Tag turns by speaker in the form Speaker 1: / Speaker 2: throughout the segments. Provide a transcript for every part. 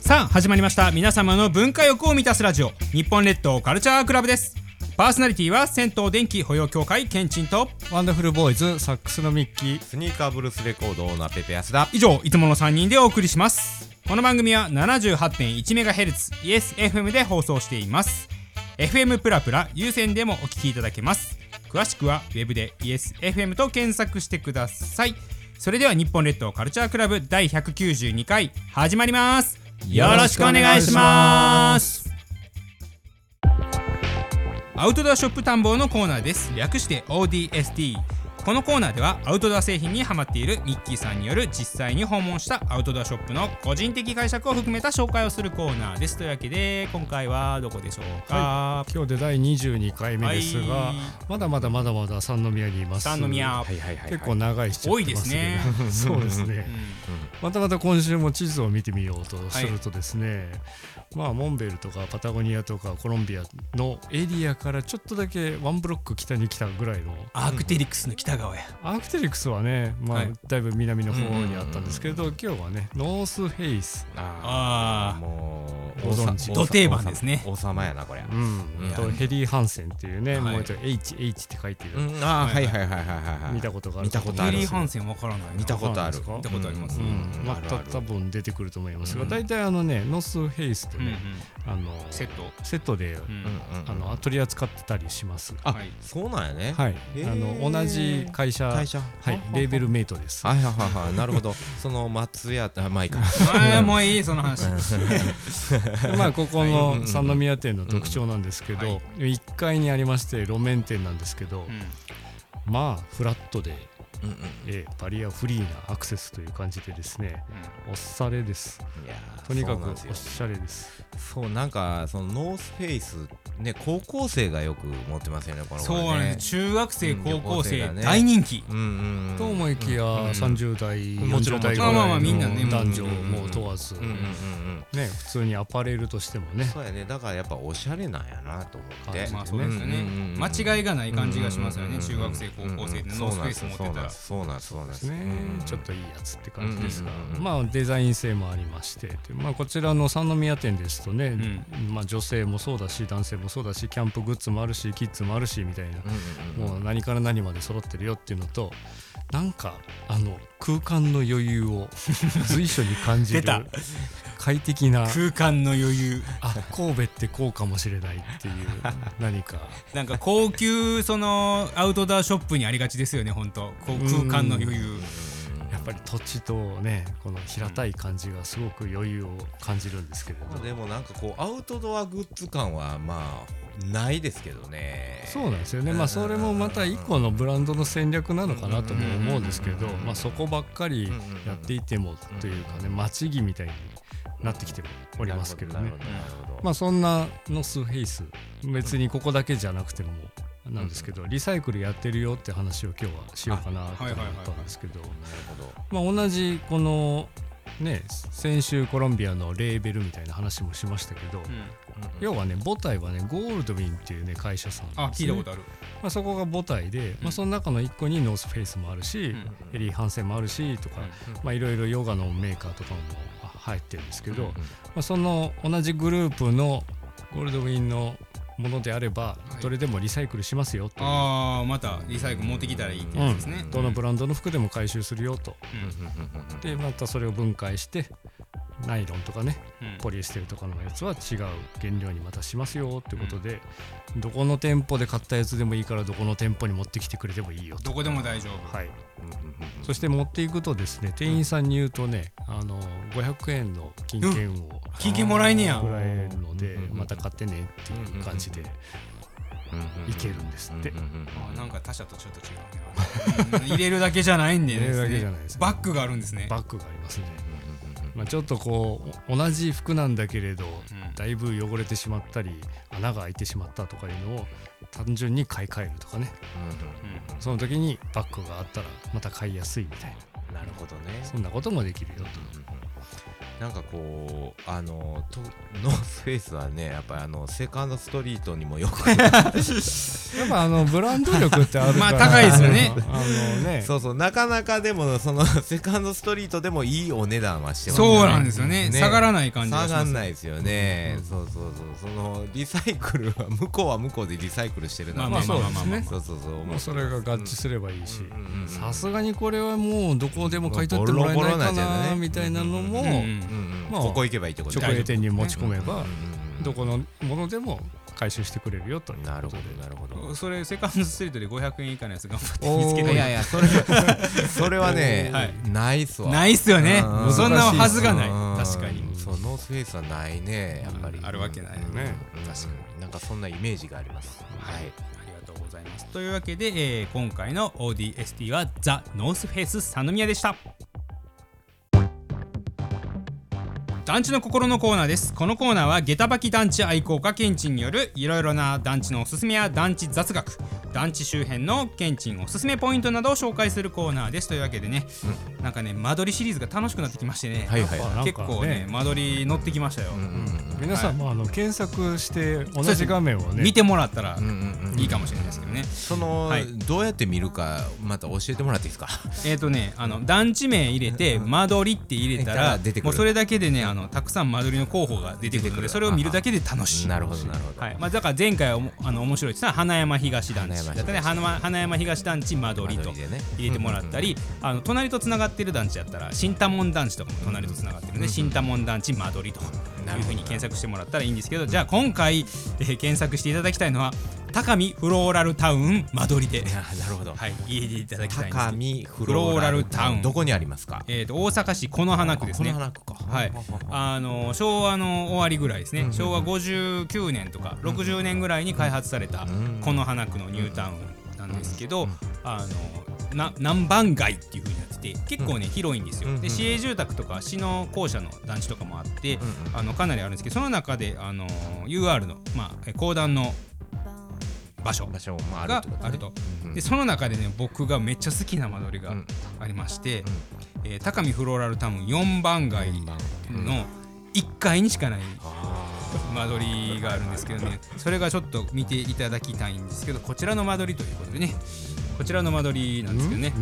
Speaker 1: さあ始まりました皆様の文化欲を満たすラジオ日本列島カルチャークラブですパーソナリティは銭湯電気保養協会ケンチンと
Speaker 2: ワンダフルボーイズサックスのミッキー
Speaker 3: スニーカーブルースレコードなペペアスだ
Speaker 1: 以上いつもの3人でお送りしますこの番組は 78.1MHz イエス FM で放送しています FM プラプラ有線でもお聞きいただけます詳しくはウェブでイエス FM と検索してくださいそれでは日本列島カルチャークラブ第192回始まりますよろしくお願いしますアウトドアショップ探訪のコーナーです略して ODST このコーナーではアウトドア製品にハマっているミッキーさんによる実際に訪問したアウトドアショップの個人的解釈を含めた紹介をするコーナーですというわけで今回はどこでしょうか、
Speaker 2: 今日で第22回目ですが、
Speaker 1: はい
Speaker 2: まだまだまだまだ三宮にいます
Speaker 1: 三宮、
Speaker 3: いはいは
Speaker 2: 結構長いしちゃっ
Speaker 1: 多い
Speaker 2: て
Speaker 1: で
Speaker 2: ますすけど
Speaker 1: ね
Speaker 2: そうです ね
Speaker 1: う
Speaker 2: またまた今週も地図を見てみようとするとですね、まあモンベルとかパタゴニアとかコロンビアのエリアからちょっとだけワンブロック北に来たぐらいの
Speaker 1: んアークテリクスの北側や
Speaker 2: アークテリクスはね、まあ
Speaker 1: はい
Speaker 2: だいぶ南の方にあったんですけれど、今日はねノースフェイス、
Speaker 1: あ
Speaker 3: ああ
Speaker 1: ー
Speaker 3: もう
Speaker 2: ご存知
Speaker 1: ド定番ですね
Speaker 3: 王様やなこれ
Speaker 2: う
Speaker 3: うん
Speaker 2: ん、とヘリー・ハンセンっていうね、
Speaker 1: はい
Speaker 2: もう一度 HH って書いてる、
Speaker 3: うんあ
Speaker 1: は
Speaker 3: あはいいはいはいはいはいはい
Speaker 2: 見たことがある
Speaker 3: 見たことあ
Speaker 1: ヘ
Speaker 3: る
Speaker 1: リーハンセンわからないな
Speaker 3: 見たことある
Speaker 2: そう
Speaker 1: 見
Speaker 2: なん
Speaker 1: た
Speaker 2: です
Speaker 1: ことあります、
Speaker 2: う
Speaker 1: うんん
Speaker 3: うん
Speaker 2: ま
Speaker 3: ある
Speaker 2: た
Speaker 3: ある
Speaker 2: 多分出てくると思いますが、
Speaker 3: うん
Speaker 2: 大体あのねノースフェイスと
Speaker 1: うんうん
Speaker 2: ね、あの
Speaker 1: セット、
Speaker 2: セットで、
Speaker 1: うん
Speaker 3: うんうん
Speaker 2: あの取り扱ってたりします
Speaker 3: あ
Speaker 1: はい
Speaker 3: そうなんやね
Speaker 2: はい
Speaker 3: へー
Speaker 2: あの同じ会社
Speaker 3: 会社
Speaker 2: はいレーベルメイトです
Speaker 3: はいはいはいはいなるほどその松屋あまあいいか
Speaker 1: あーもういいその話
Speaker 2: でまあここ
Speaker 3: はいうんう
Speaker 2: の
Speaker 3: ん
Speaker 2: 三宮店の特徴なんですけ
Speaker 1: うん
Speaker 2: ど、一1階にありまして路面店なんですけど、
Speaker 1: う
Speaker 2: まあフラットで、
Speaker 3: うんうん
Speaker 2: えーバリアフリーなアクセスという感じでですね
Speaker 1: んうん
Speaker 2: おっされです
Speaker 3: いやー
Speaker 2: とにか
Speaker 3: そう
Speaker 2: く
Speaker 3: な
Speaker 2: お
Speaker 3: んですよ
Speaker 2: っしゃれです
Speaker 3: そうなんかそのノースフェイスね高校生がよく持ってますよねこの
Speaker 1: そう
Speaker 3: 頃
Speaker 1: なん
Speaker 3: ね
Speaker 1: です中学生
Speaker 3: うん
Speaker 1: 高校
Speaker 3: 旅行生
Speaker 1: 生
Speaker 3: がね
Speaker 1: 大人気
Speaker 3: うんうんうん
Speaker 2: と思いき
Speaker 3: う
Speaker 2: や
Speaker 3: んうん
Speaker 2: 30代
Speaker 3: もちろ
Speaker 2: 40
Speaker 3: ん
Speaker 2: 代ぐ
Speaker 1: まあまあま
Speaker 2: ら
Speaker 1: あ
Speaker 2: い
Speaker 1: みんなね
Speaker 2: の男女も問わず
Speaker 3: うんうんうんう
Speaker 2: ね
Speaker 3: ん
Speaker 2: 普通にアパレルとしてもね
Speaker 3: そうやねだからやっぱおしゃれなんやなと思っ
Speaker 2: は
Speaker 3: て
Speaker 2: い
Speaker 1: まあそうですよね
Speaker 3: うんうんうんうん
Speaker 1: 間違いがない感じがしますよ
Speaker 3: うん
Speaker 1: ね
Speaker 3: うんうん
Speaker 1: 中学生高校生でノースフェイス持ってたら
Speaker 3: そうなんですそうなんです
Speaker 2: です
Speaker 3: そうなんですうん
Speaker 2: ね
Speaker 3: うん
Speaker 2: ちょっといいやつって感じですが
Speaker 3: うんうんうんうん
Speaker 2: まあデザイン性もありましてでまあこちらの三宮店ですとねまあ女性もそうだし男性もそうだしキャンプグッズもあるしキッズもあるしみたいな
Speaker 3: うんうんうん
Speaker 2: もう何から何まで揃ってるよっていうのとなんかあの空間の余裕を随所に 感じる
Speaker 1: 出た
Speaker 2: 快適な
Speaker 1: 空間の余裕
Speaker 2: あ神戸ってこうかもしれないっ ていう何か
Speaker 1: なんか高級そのアウトドアショップにありがちですよね本当こう
Speaker 2: うん
Speaker 1: 空間の余裕
Speaker 2: やっぱり土地とねこの平たい感じがすごく余裕を感じるんですけれど、
Speaker 3: まあでもなんかこうアウトドアグッズ感はまあないですけどね
Speaker 2: そうなんですよね、
Speaker 3: うん
Speaker 2: まあ、それもまた一個のブランドの戦略なのかなとも思うんですけど、
Speaker 3: うん
Speaker 2: まあ、そこばっかりやっていてもというかね町木みたいになってきておりますけど
Speaker 3: な
Speaker 2: ね
Speaker 3: るほ。どなるほど
Speaker 2: まあそんなノスフェイス別にここだけじゃなくてもなんですけどリサイクルやってるよって話を今日はしようかなと思ったんですけど
Speaker 3: なるほど
Speaker 2: まあ同じこのね先週コロンビアのレーベルみたいな話もしましたけど要はね母体はねゴールドウィンっていうね会社さん
Speaker 1: あ
Speaker 2: なんです
Speaker 1: 聞い
Speaker 2: ね
Speaker 1: たことある
Speaker 2: まあそこが母体でまあその中の一個にノースフェイスもあるし
Speaker 1: うん
Speaker 2: エリー・ハンセンもあるしと
Speaker 1: う
Speaker 2: かまあいろいろヨガのメーカーとかも入ってるんですけどまあ、その同じグループのゴールドウィンのものであれば
Speaker 1: い
Speaker 2: どれでもリサイクルしますよという、
Speaker 1: ああまたリサイクル持ってきたらいいってやつですね
Speaker 2: どのブランドの服でも回収するよと
Speaker 1: うん
Speaker 2: でまたそれを分解してナイロンとかね
Speaker 1: うん
Speaker 2: ポリエステルとかのやつは違う原料にまたしますよってことで、どこの店舗で買ったやつでもいいからどこの店舗に持ってきてくれてもいいよと
Speaker 1: どこでも大丈夫
Speaker 2: はいそして持っていくとですね店員さんに言うとねあの500円の金券を
Speaker 1: 金券もらえねや
Speaker 2: もらえるので
Speaker 3: うん
Speaker 2: また買ってねっていう感じでいけるんですって
Speaker 1: あーなんか他社とちょっと違うねうん入れるだけじゃないんで
Speaker 2: 入れるだけじゃ
Speaker 1: ね
Speaker 2: ないですね
Speaker 1: バッグがあるんですね
Speaker 2: バッグがありますね、まあ、ちょっとこうお同じ服なんだけれど
Speaker 1: うん
Speaker 2: だいぶ汚れてしまったり穴が開いてしまったとかいうのを単純に買い替えるとかね
Speaker 1: う
Speaker 2: その時にバッグがあったらまた買いやすいみたいな
Speaker 3: なるほどね
Speaker 2: そんなこともできるよと
Speaker 3: なんかこうあのとノースフェイスはねやっぱりあのセカンドストリートにもよく
Speaker 2: やっぱあのブランド力ってあるから
Speaker 1: まあ高いですよね
Speaker 2: あのね
Speaker 3: そうそうなかなかでもその セカンドストリートでもいいお値段はしてます
Speaker 1: そうなんですよね
Speaker 3: ね
Speaker 1: 下がらない感じが
Speaker 3: 下
Speaker 1: し
Speaker 3: が
Speaker 1: ます
Speaker 3: んないですよね、そうそうそうそのリサイクルは向こうは向こうでリサイクルしてるな
Speaker 1: まあまあまあまあまあ
Speaker 3: そうそうそう
Speaker 2: もうそれが合致すればいいし
Speaker 3: うんうんうん
Speaker 2: さすがにこれはもうどこでも買い取ってもらえない
Speaker 3: ボロボロな
Speaker 2: か
Speaker 3: んじゃな
Speaker 2: ないみたいなのも
Speaker 1: うんうん
Speaker 3: うんうん
Speaker 2: まあ
Speaker 3: ここ行けばいいってこと
Speaker 2: 直営店に持ち込め
Speaker 3: う
Speaker 2: ば
Speaker 3: んうんうん
Speaker 2: どこのものでも回収してくれるよという
Speaker 3: なるほどなるほど
Speaker 1: それセカンドストリートで500円以下のやつ頑張って
Speaker 3: おー
Speaker 1: 見つけた
Speaker 3: いやいやそれそれはね、
Speaker 1: はい
Speaker 3: ないっすわ
Speaker 1: ないっすよね
Speaker 3: うん
Speaker 1: そんなはずがない
Speaker 3: うん
Speaker 1: 確かに
Speaker 3: そうノースフェイスはないねやっぱり
Speaker 1: あるわけないよね
Speaker 3: うん
Speaker 1: 確か
Speaker 3: うんなんかそんなイメージがありますはい
Speaker 1: ありがとうございますというわけで、えー今回の ODST はザ・ノースフェイス三宮でした団地の心のコーナーですこのコーナーは下駄履き団地愛好家ケンチンによるいろいろな団地のおすすめや団地雑学団地周辺のケンチンおすすめポイントなどを紹介するコーナーですというわけでね、なんかね間取りシリーズが楽しくなってきましてね、
Speaker 3: はいはい
Speaker 2: やっぱなん
Speaker 1: 結
Speaker 2: か
Speaker 1: 構ね間取り乗ってきましたよ、
Speaker 2: 皆さんもあの検索して同じ画面をね
Speaker 1: 見てもらったら
Speaker 3: うんうんうん
Speaker 1: いいかもしれないですけどね、
Speaker 3: その、
Speaker 1: はい
Speaker 3: どうやって見るかまた教えてもらっていいですか
Speaker 1: えっ、とねあの団地名入れて間取りって入れたら
Speaker 3: 出てくる
Speaker 1: もうそれだけでねあのたくさん間取りの候補が出てくるのでそれを見るだけで楽しい。
Speaker 3: なるほどなるほど、
Speaker 1: はいまあ、だから前回おもあの面白いって言ったのは花山東団地だったね花花山東団地間取りと
Speaker 3: 間取りでね
Speaker 1: 入れてもらったり、あの隣とつながってる団地だったら新多門団地とかも隣とつながってるね、新多門団地間取りというふうに検索してもらったらいいんですけどじゃあ今回、えー検索していただきたいのは高見フローラルタウン間取りで、
Speaker 3: いやなるほど、
Speaker 1: はい、入れていただきたいんですけど
Speaker 3: 高見フ
Speaker 1: ロ
Speaker 3: ロ
Speaker 1: ー
Speaker 3: ー
Speaker 1: ラ
Speaker 3: ラ
Speaker 1: ル
Speaker 3: ル
Speaker 1: タ
Speaker 3: タ
Speaker 1: ウ
Speaker 3: ウ
Speaker 1: ン
Speaker 3: ンどこにありますか
Speaker 1: えー、と大阪市此花区ですね
Speaker 3: この。花区か
Speaker 1: はい、あの昭和の終わりぐらいですね、昭和59年とか60年ぐらいに開発された
Speaker 3: ん
Speaker 1: 此花区のニュータウンなんですけど、あのな南蛮街っていう風になってて結構ね、広いんですよ。
Speaker 3: うんう
Speaker 1: で
Speaker 3: ん
Speaker 1: 市営住宅とか市の校舎の団地とかもあって、
Speaker 3: ん
Speaker 1: あのかなりあるんですけどその中であの UR の、まあ、えー公団の場所
Speaker 3: 場所もある
Speaker 1: が
Speaker 3: ってこと
Speaker 1: あると。
Speaker 3: うん
Speaker 1: でその中でね僕がめっちゃ好きな間取りが
Speaker 3: うん
Speaker 1: ありまして、えー高見フローラルタウン4番街の1階にしかない間取りがあるんですけどねそれがちょっと見ていただきたいんですけどこちらの間取りということでねこちらの間取りなんですけどね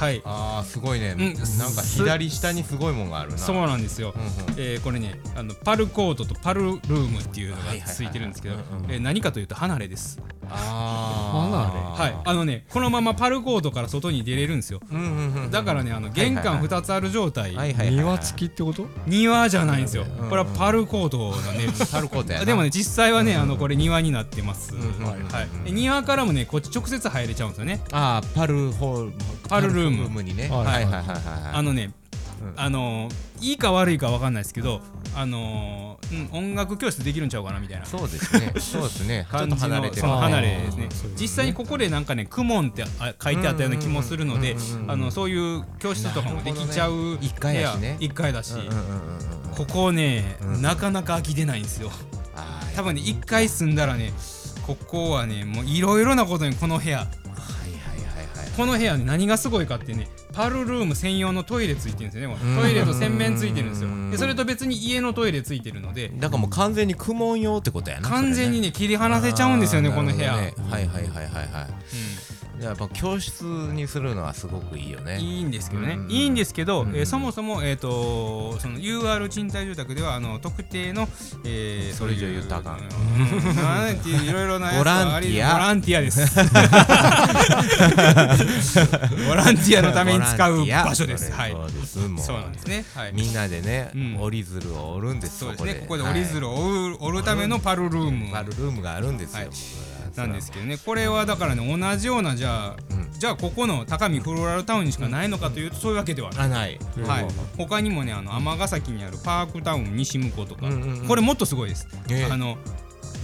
Speaker 1: はい
Speaker 3: あーすごいね、
Speaker 1: ん
Speaker 3: なんか左下にすごいもんがあるな
Speaker 1: そうなんですよ、
Speaker 3: んうん
Speaker 1: えーこれねあのパルコートとパルルームっていうのがついてるんですけど
Speaker 3: はいはいはいうんうん
Speaker 1: えー何かというと離れです
Speaker 3: あー
Speaker 1: はいあのねこのままパルコートから外に出れるんですよ
Speaker 3: うんうんうんうん
Speaker 1: だからねあの玄関2つある状態、
Speaker 3: はいはいはい
Speaker 2: 庭付きってこと
Speaker 1: 庭じゃないんですよ、
Speaker 3: んうん
Speaker 1: これはパルコートなんで
Speaker 3: タルコートやな
Speaker 1: でもね実際はね、あのこれ庭になってます、
Speaker 3: ん
Speaker 1: はい、で庭からもねこっち直接入れちゃうんですよね
Speaker 3: あーパルホール
Speaker 1: パルルーム
Speaker 3: パにね
Speaker 2: はい
Speaker 3: はいはいはいはい
Speaker 1: あのね、
Speaker 3: うん
Speaker 1: あのーいいか悪いかわかんないですけどあのーうん、音楽教室できるんちゃうかなみたいな
Speaker 3: そうですねそうです ねちょっ
Speaker 1: 感
Speaker 3: と
Speaker 1: じ
Speaker 3: 離れ
Speaker 1: の
Speaker 3: て
Speaker 1: そ
Speaker 3: る
Speaker 1: の
Speaker 2: あー
Speaker 1: 離れですね
Speaker 2: そうですね
Speaker 1: 実際にここでなんかね「クモン」ってあ書いてあったような気もするので
Speaker 3: うんうんうんうん
Speaker 1: あのそういう教室とかもできちゃう
Speaker 3: なるほどね一階やしね
Speaker 1: 部屋一階だし、
Speaker 3: うんうんうんうん
Speaker 1: ここね、
Speaker 3: うん
Speaker 1: なかなか飽き出ないんですよ
Speaker 3: あー
Speaker 1: 多分ね一回住んだらねここはねもういろいろなことにこの部屋
Speaker 3: はいはいはいはい
Speaker 1: この部屋ね何がすごいかってねパルルーム専用のトイレついてるんですよねこれ
Speaker 3: うん
Speaker 1: トイレと洗面ついてるんですよ
Speaker 3: うん
Speaker 1: でそれと別に家のトイレついてるので
Speaker 3: だからもう完全に苦悶用ってことやな
Speaker 1: 完全に
Speaker 3: ね
Speaker 1: ね切り離せちゃうんですよね
Speaker 3: あー
Speaker 1: この部屋、
Speaker 3: なるほどねはいはいはいはいはいやっぱ教室にするのはすごくいいよ
Speaker 1: うん
Speaker 3: ね
Speaker 1: いいんですけどね
Speaker 3: うん
Speaker 1: いいんですけど、
Speaker 3: うん
Speaker 1: えーそもそも、えー、とその UR 賃貸住宅ではあの特定の、えー、
Speaker 3: それ以上言うたらあかん
Speaker 1: うんなんていういろいろなやつがあり
Speaker 3: ボランティア
Speaker 1: ボランティアですボ ランティアのために使う場所です
Speaker 3: ボラ
Speaker 1: は
Speaker 3: ン
Speaker 1: い
Speaker 3: ティアそうですもう
Speaker 1: そうなんですねはい
Speaker 3: みんなでね
Speaker 1: うん
Speaker 3: 折り鶴を折るんです
Speaker 1: そうですねここで
Speaker 3: は
Speaker 1: 折
Speaker 3: い
Speaker 1: り鶴を折る折るためのパルルーム
Speaker 3: あるルームがあるんです
Speaker 1: はい
Speaker 3: よ僕
Speaker 1: な
Speaker 3: は
Speaker 1: んですけどねこれはだからね同じようなじゃあ、
Speaker 3: うん
Speaker 1: じゃあここの高見フローラルタウンにしかないのかというとそういうわけではない。
Speaker 3: あない
Speaker 1: はい
Speaker 2: うん、
Speaker 1: 他にもねあの尼崎にあるパークタウン西向こうとか、
Speaker 3: うんうんうん
Speaker 1: これもっとすごいです、
Speaker 3: ええ
Speaker 1: あの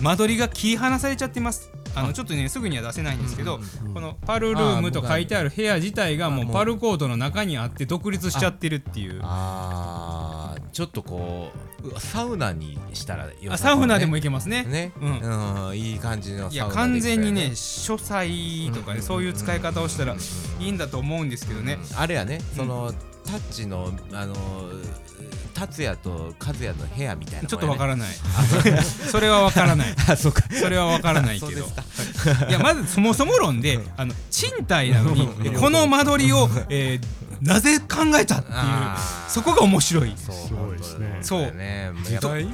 Speaker 1: 間取りが切り離されちゃってますあのちょっとねすぐには出せないんですけど、このパルルームと書いてある部屋自体がもうパルコートの中にあって独立しちゃってるっていう
Speaker 3: あーちょっとこううわサウナにしたらよさそうね
Speaker 1: あサウナでも行けますね
Speaker 3: ね
Speaker 1: うん
Speaker 3: うんいい感じの
Speaker 1: いや
Speaker 3: サウナ
Speaker 1: 完
Speaker 3: できたよ
Speaker 1: 全にね書斎とかねそういう使い方をしたらいいんだと思うんですけどね
Speaker 3: あれやねそのタッチのあの達也と和也の部屋みたいな、
Speaker 1: ちょっとわかららないそれはわからない
Speaker 3: ないあそうか
Speaker 1: それはわからない
Speaker 3: そう
Speaker 1: け
Speaker 3: で
Speaker 1: ど
Speaker 3: すか
Speaker 1: いやまずそもそも論であの賃貸なのにこの間取りを、えーなぜ考えたっていう
Speaker 3: あー
Speaker 1: そこが面白い
Speaker 3: そう
Speaker 2: すごいですね
Speaker 3: 本当だよね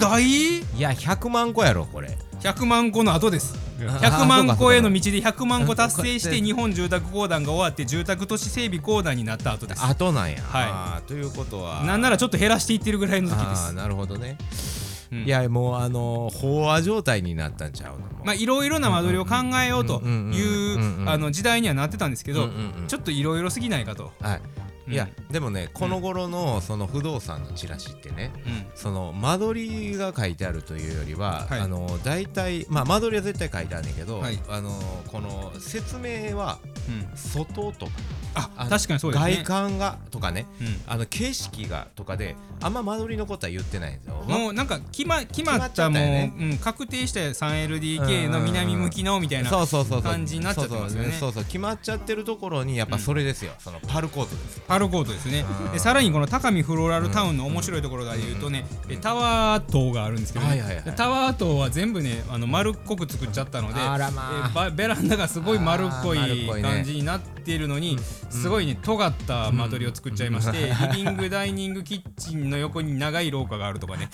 Speaker 1: 時
Speaker 2: 代
Speaker 1: 代
Speaker 3: いや100万個やろこれ
Speaker 1: 100万個の後です
Speaker 3: あ
Speaker 1: 100
Speaker 3: そう
Speaker 1: 万
Speaker 3: か
Speaker 1: 個への道で100万個達成し
Speaker 3: そう
Speaker 1: て
Speaker 3: か
Speaker 1: 日本住宅公団が終わって住宅都市整備公団になった後です
Speaker 3: あとなんや、
Speaker 1: はい
Speaker 3: あーということは
Speaker 1: なんならちょっと減らしていってるぐらいの時で
Speaker 3: あー
Speaker 1: す、
Speaker 3: なるほどね、
Speaker 1: うん
Speaker 3: いやもうあのー飽和状態になったんちゃうのもう
Speaker 1: まあいろいろな間取りを考えようとい
Speaker 3: うんうんうんうんう
Speaker 1: うんあの時代にはなってたんですけど、
Speaker 3: うんうんうん
Speaker 1: ちょっといろいろすぎないかと、
Speaker 3: はい、
Speaker 1: うん
Speaker 3: いやでもねこの頃のその不動産のチラシってね
Speaker 1: うん
Speaker 3: その間取りが書いてあるというよりは、
Speaker 1: はい
Speaker 3: あの大体まあ間取りは絶対書いてあるんだけど、
Speaker 1: はい
Speaker 3: あのこの説明は
Speaker 1: うん
Speaker 3: 外とか、あ
Speaker 1: あ
Speaker 3: の
Speaker 1: 確かにそうですね
Speaker 3: 外観がとかね
Speaker 1: うん
Speaker 3: あの景色がとかであんま間取りのことは言ってないんですよ。
Speaker 1: もうなんか決ま決まっ
Speaker 3: 決ま
Speaker 1: た
Speaker 3: っちゃっ
Speaker 1: もう
Speaker 3: たよね
Speaker 1: うん、確定した 3LDK の南向きのみたいな、
Speaker 3: そうそうそうそう
Speaker 1: 感じになっちゃってますよね
Speaker 3: そうそうそうそう決まっちゃってるところにやっぱそれですよ、そのパルコートですよ
Speaker 1: パルコートですね
Speaker 3: うん
Speaker 1: でさらにこの高見フローラルタウンの面白いところで言うとね、えタワー棟があるんですけど、ね
Speaker 3: はいはいはい
Speaker 1: でタワー棟は全部ねあの丸っこく作っちゃったので、
Speaker 3: あらまあ
Speaker 1: えばベランダがすごい丸っこい
Speaker 3: あー丸っこいね
Speaker 1: 感じになっているのに、すごいね尖った間取りを作っちゃいまして、リビングダイニングキッチンの横に長い廊下があるとかね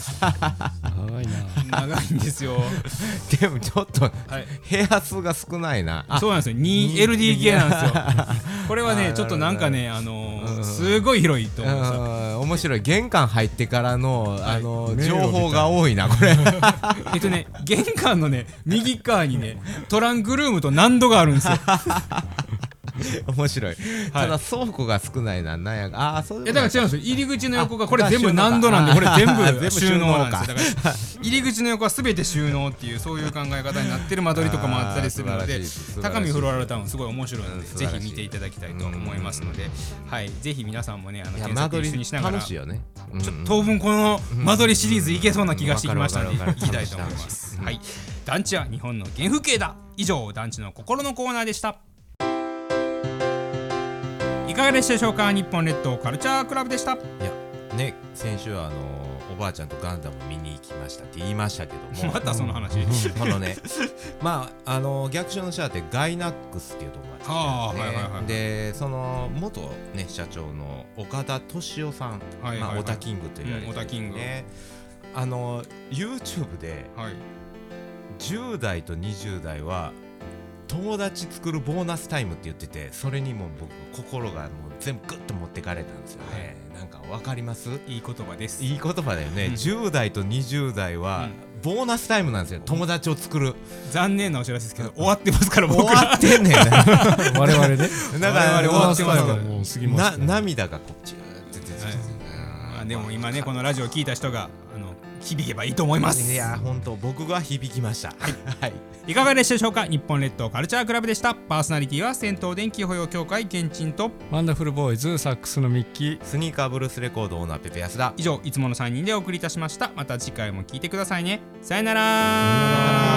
Speaker 2: 長いな
Speaker 1: 長いんですよ。
Speaker 3: でもちょっと、
Speaker 1: はい
Speaker 3: 部屋数が少ないなあ
Speaker 1: そうなんですよ 2LDK なんですよこれはねちょっとなんかねあのーすごい広いと思うんですよ
Speaker 3: うん面白い玄関入ってからの、あの
Speaker 2: 迷路
Speaker 3: 情
Speaker 2: みたい
Speaker 3: 報が多いなこ れ
Speaker 1: えっとね玄関のね右側にねトランクルームと難度があるんですよ
Speaker 3: 面白い、ただ倉庫が少ないななんやかあーそう
Speaker 1: い
Speaker 3: で
Speaker 1: やだ
Speaker 3: もな
Speaker 1: から
Speaker 3: い
Speaker 1: 違うんですよ入り口の横が
Speaker 3: あ
Speaker 1: これ全部
Speaker 3: 収納か
Speaker 1: 難度なんでこれ
Speaker 3: あ
Speaker 1: 全部
Speaker 3: 全部
Speaker 1: 収
Speaker 3: 収
Speaker 1: 納
Speaker 3: 納
Speaker 1: なん
Speaker 3: か
Speaker 1: ですよだから入り口の横は全て収納っていうそういう考え方になってる間取りとかもあったりするの
Speaker 3: あー素晴らし
Speaker 1: で
Speaker 3: いです素晴らし
Speaker 1: 高
Speaker 3: い
Speaker 1: 見フロアルタウンすごい面白いの
Speaker 3: う
Speaker 1: で
Speaker 3: ん素
Speaker 1: ぜ
Speaker 3: 晴らしい
Speaker 1: ひ見ていただきたいと思いますのではいぜひ皆さんもねあの
Speaker 3: いや
Speaker 1: 検
Speaker 3: 間
Speaker 1: 索
Speaker 3: 取
Speaker 1: 一緒に
Speaker 3: り
Speaker 1: しながら
Speaker 3: 楽しいよね、うん
Speaker 1: ちょっと当分この間取りシリーズいけそうな気がしてきましたので
Speaker 3: うんわかる
Speaker 1: い
Speaker 3: わか
Speaker 1: き
Speaker 3: る
Speaker 1: た
Speaker 3: わか
Speaker 1: い
Speaker 3: る
Speaker 1: と思います。
Speaker 3: 楽しい楽しい
Speaker 1: はい、団地は日本の原風景だ以上団地の心のコーナーでしたいかがでしたでしょうか日本列島カルチャークラブでした
Speaker 3: いやね先週はあのおばあちゃんとガンダム見に行きましたって言いましたけども
Speaker 1: またその話
Speaker 3: このねまああの逆襲の社ってガイナックスっていうとこがあって、ね
Speaker 1: あーはいはいはい
Speaker 3: でその元ね社長の岡田敏夫さん、
Speaker 1: はいはいはい
Speaker 3: まあオタキングと言われて
Speaker 1: うんオタキング
Speaker 3: ねあの YouTube で
Speaker 1: はい
Speaker 3: 10代と20代は友達作るボーナスタイムって言っててそれにもう僕心がもう全部グッと持ってかれたんですよね、なんかわかります
Speaker 1: いい言葉です
Speaker 3: いい言葉だよね、
Speaker 1: うん
Speaker 3: 10代と20代はボーナスタイムなんですよ友達を作る
Speaker 1: 残念なお知らせですけど終わってますから
Speaker 3: 終
Speaker 1: 僕ら
Speaker 3: わってんねんだか
Speaker 2: 我々ね
Speaker 3: ら
Speaker 1: 我々終わってますから
Speaker 2: ボーナスタイムはもう過ぎました
Speaker 3: な
Speaker 2: ね
Speaker 3: 涙がこうチューって出てきて
Speaker 1: はい
Speaker 3: うん
Speaker 1: まあでも今ねこのラジオを聞いた人があの響けばいいと思います
Speaker 3: いや本当僕が響きましたはい、
Speaker 1: いかがでしたでしょうか日本列島カルチャークラブでしたパーソナリティは戦闘電気保養協会けんちんと
Speaker 2: ワンダフルボーイズサックスのミッキー
Speaker 3: スニーカーブルースレコードオーナーペペ安田
Speaker 1: 以上いつもの3人でお送りいたしましたまた次回も聞いてくださいねさよなら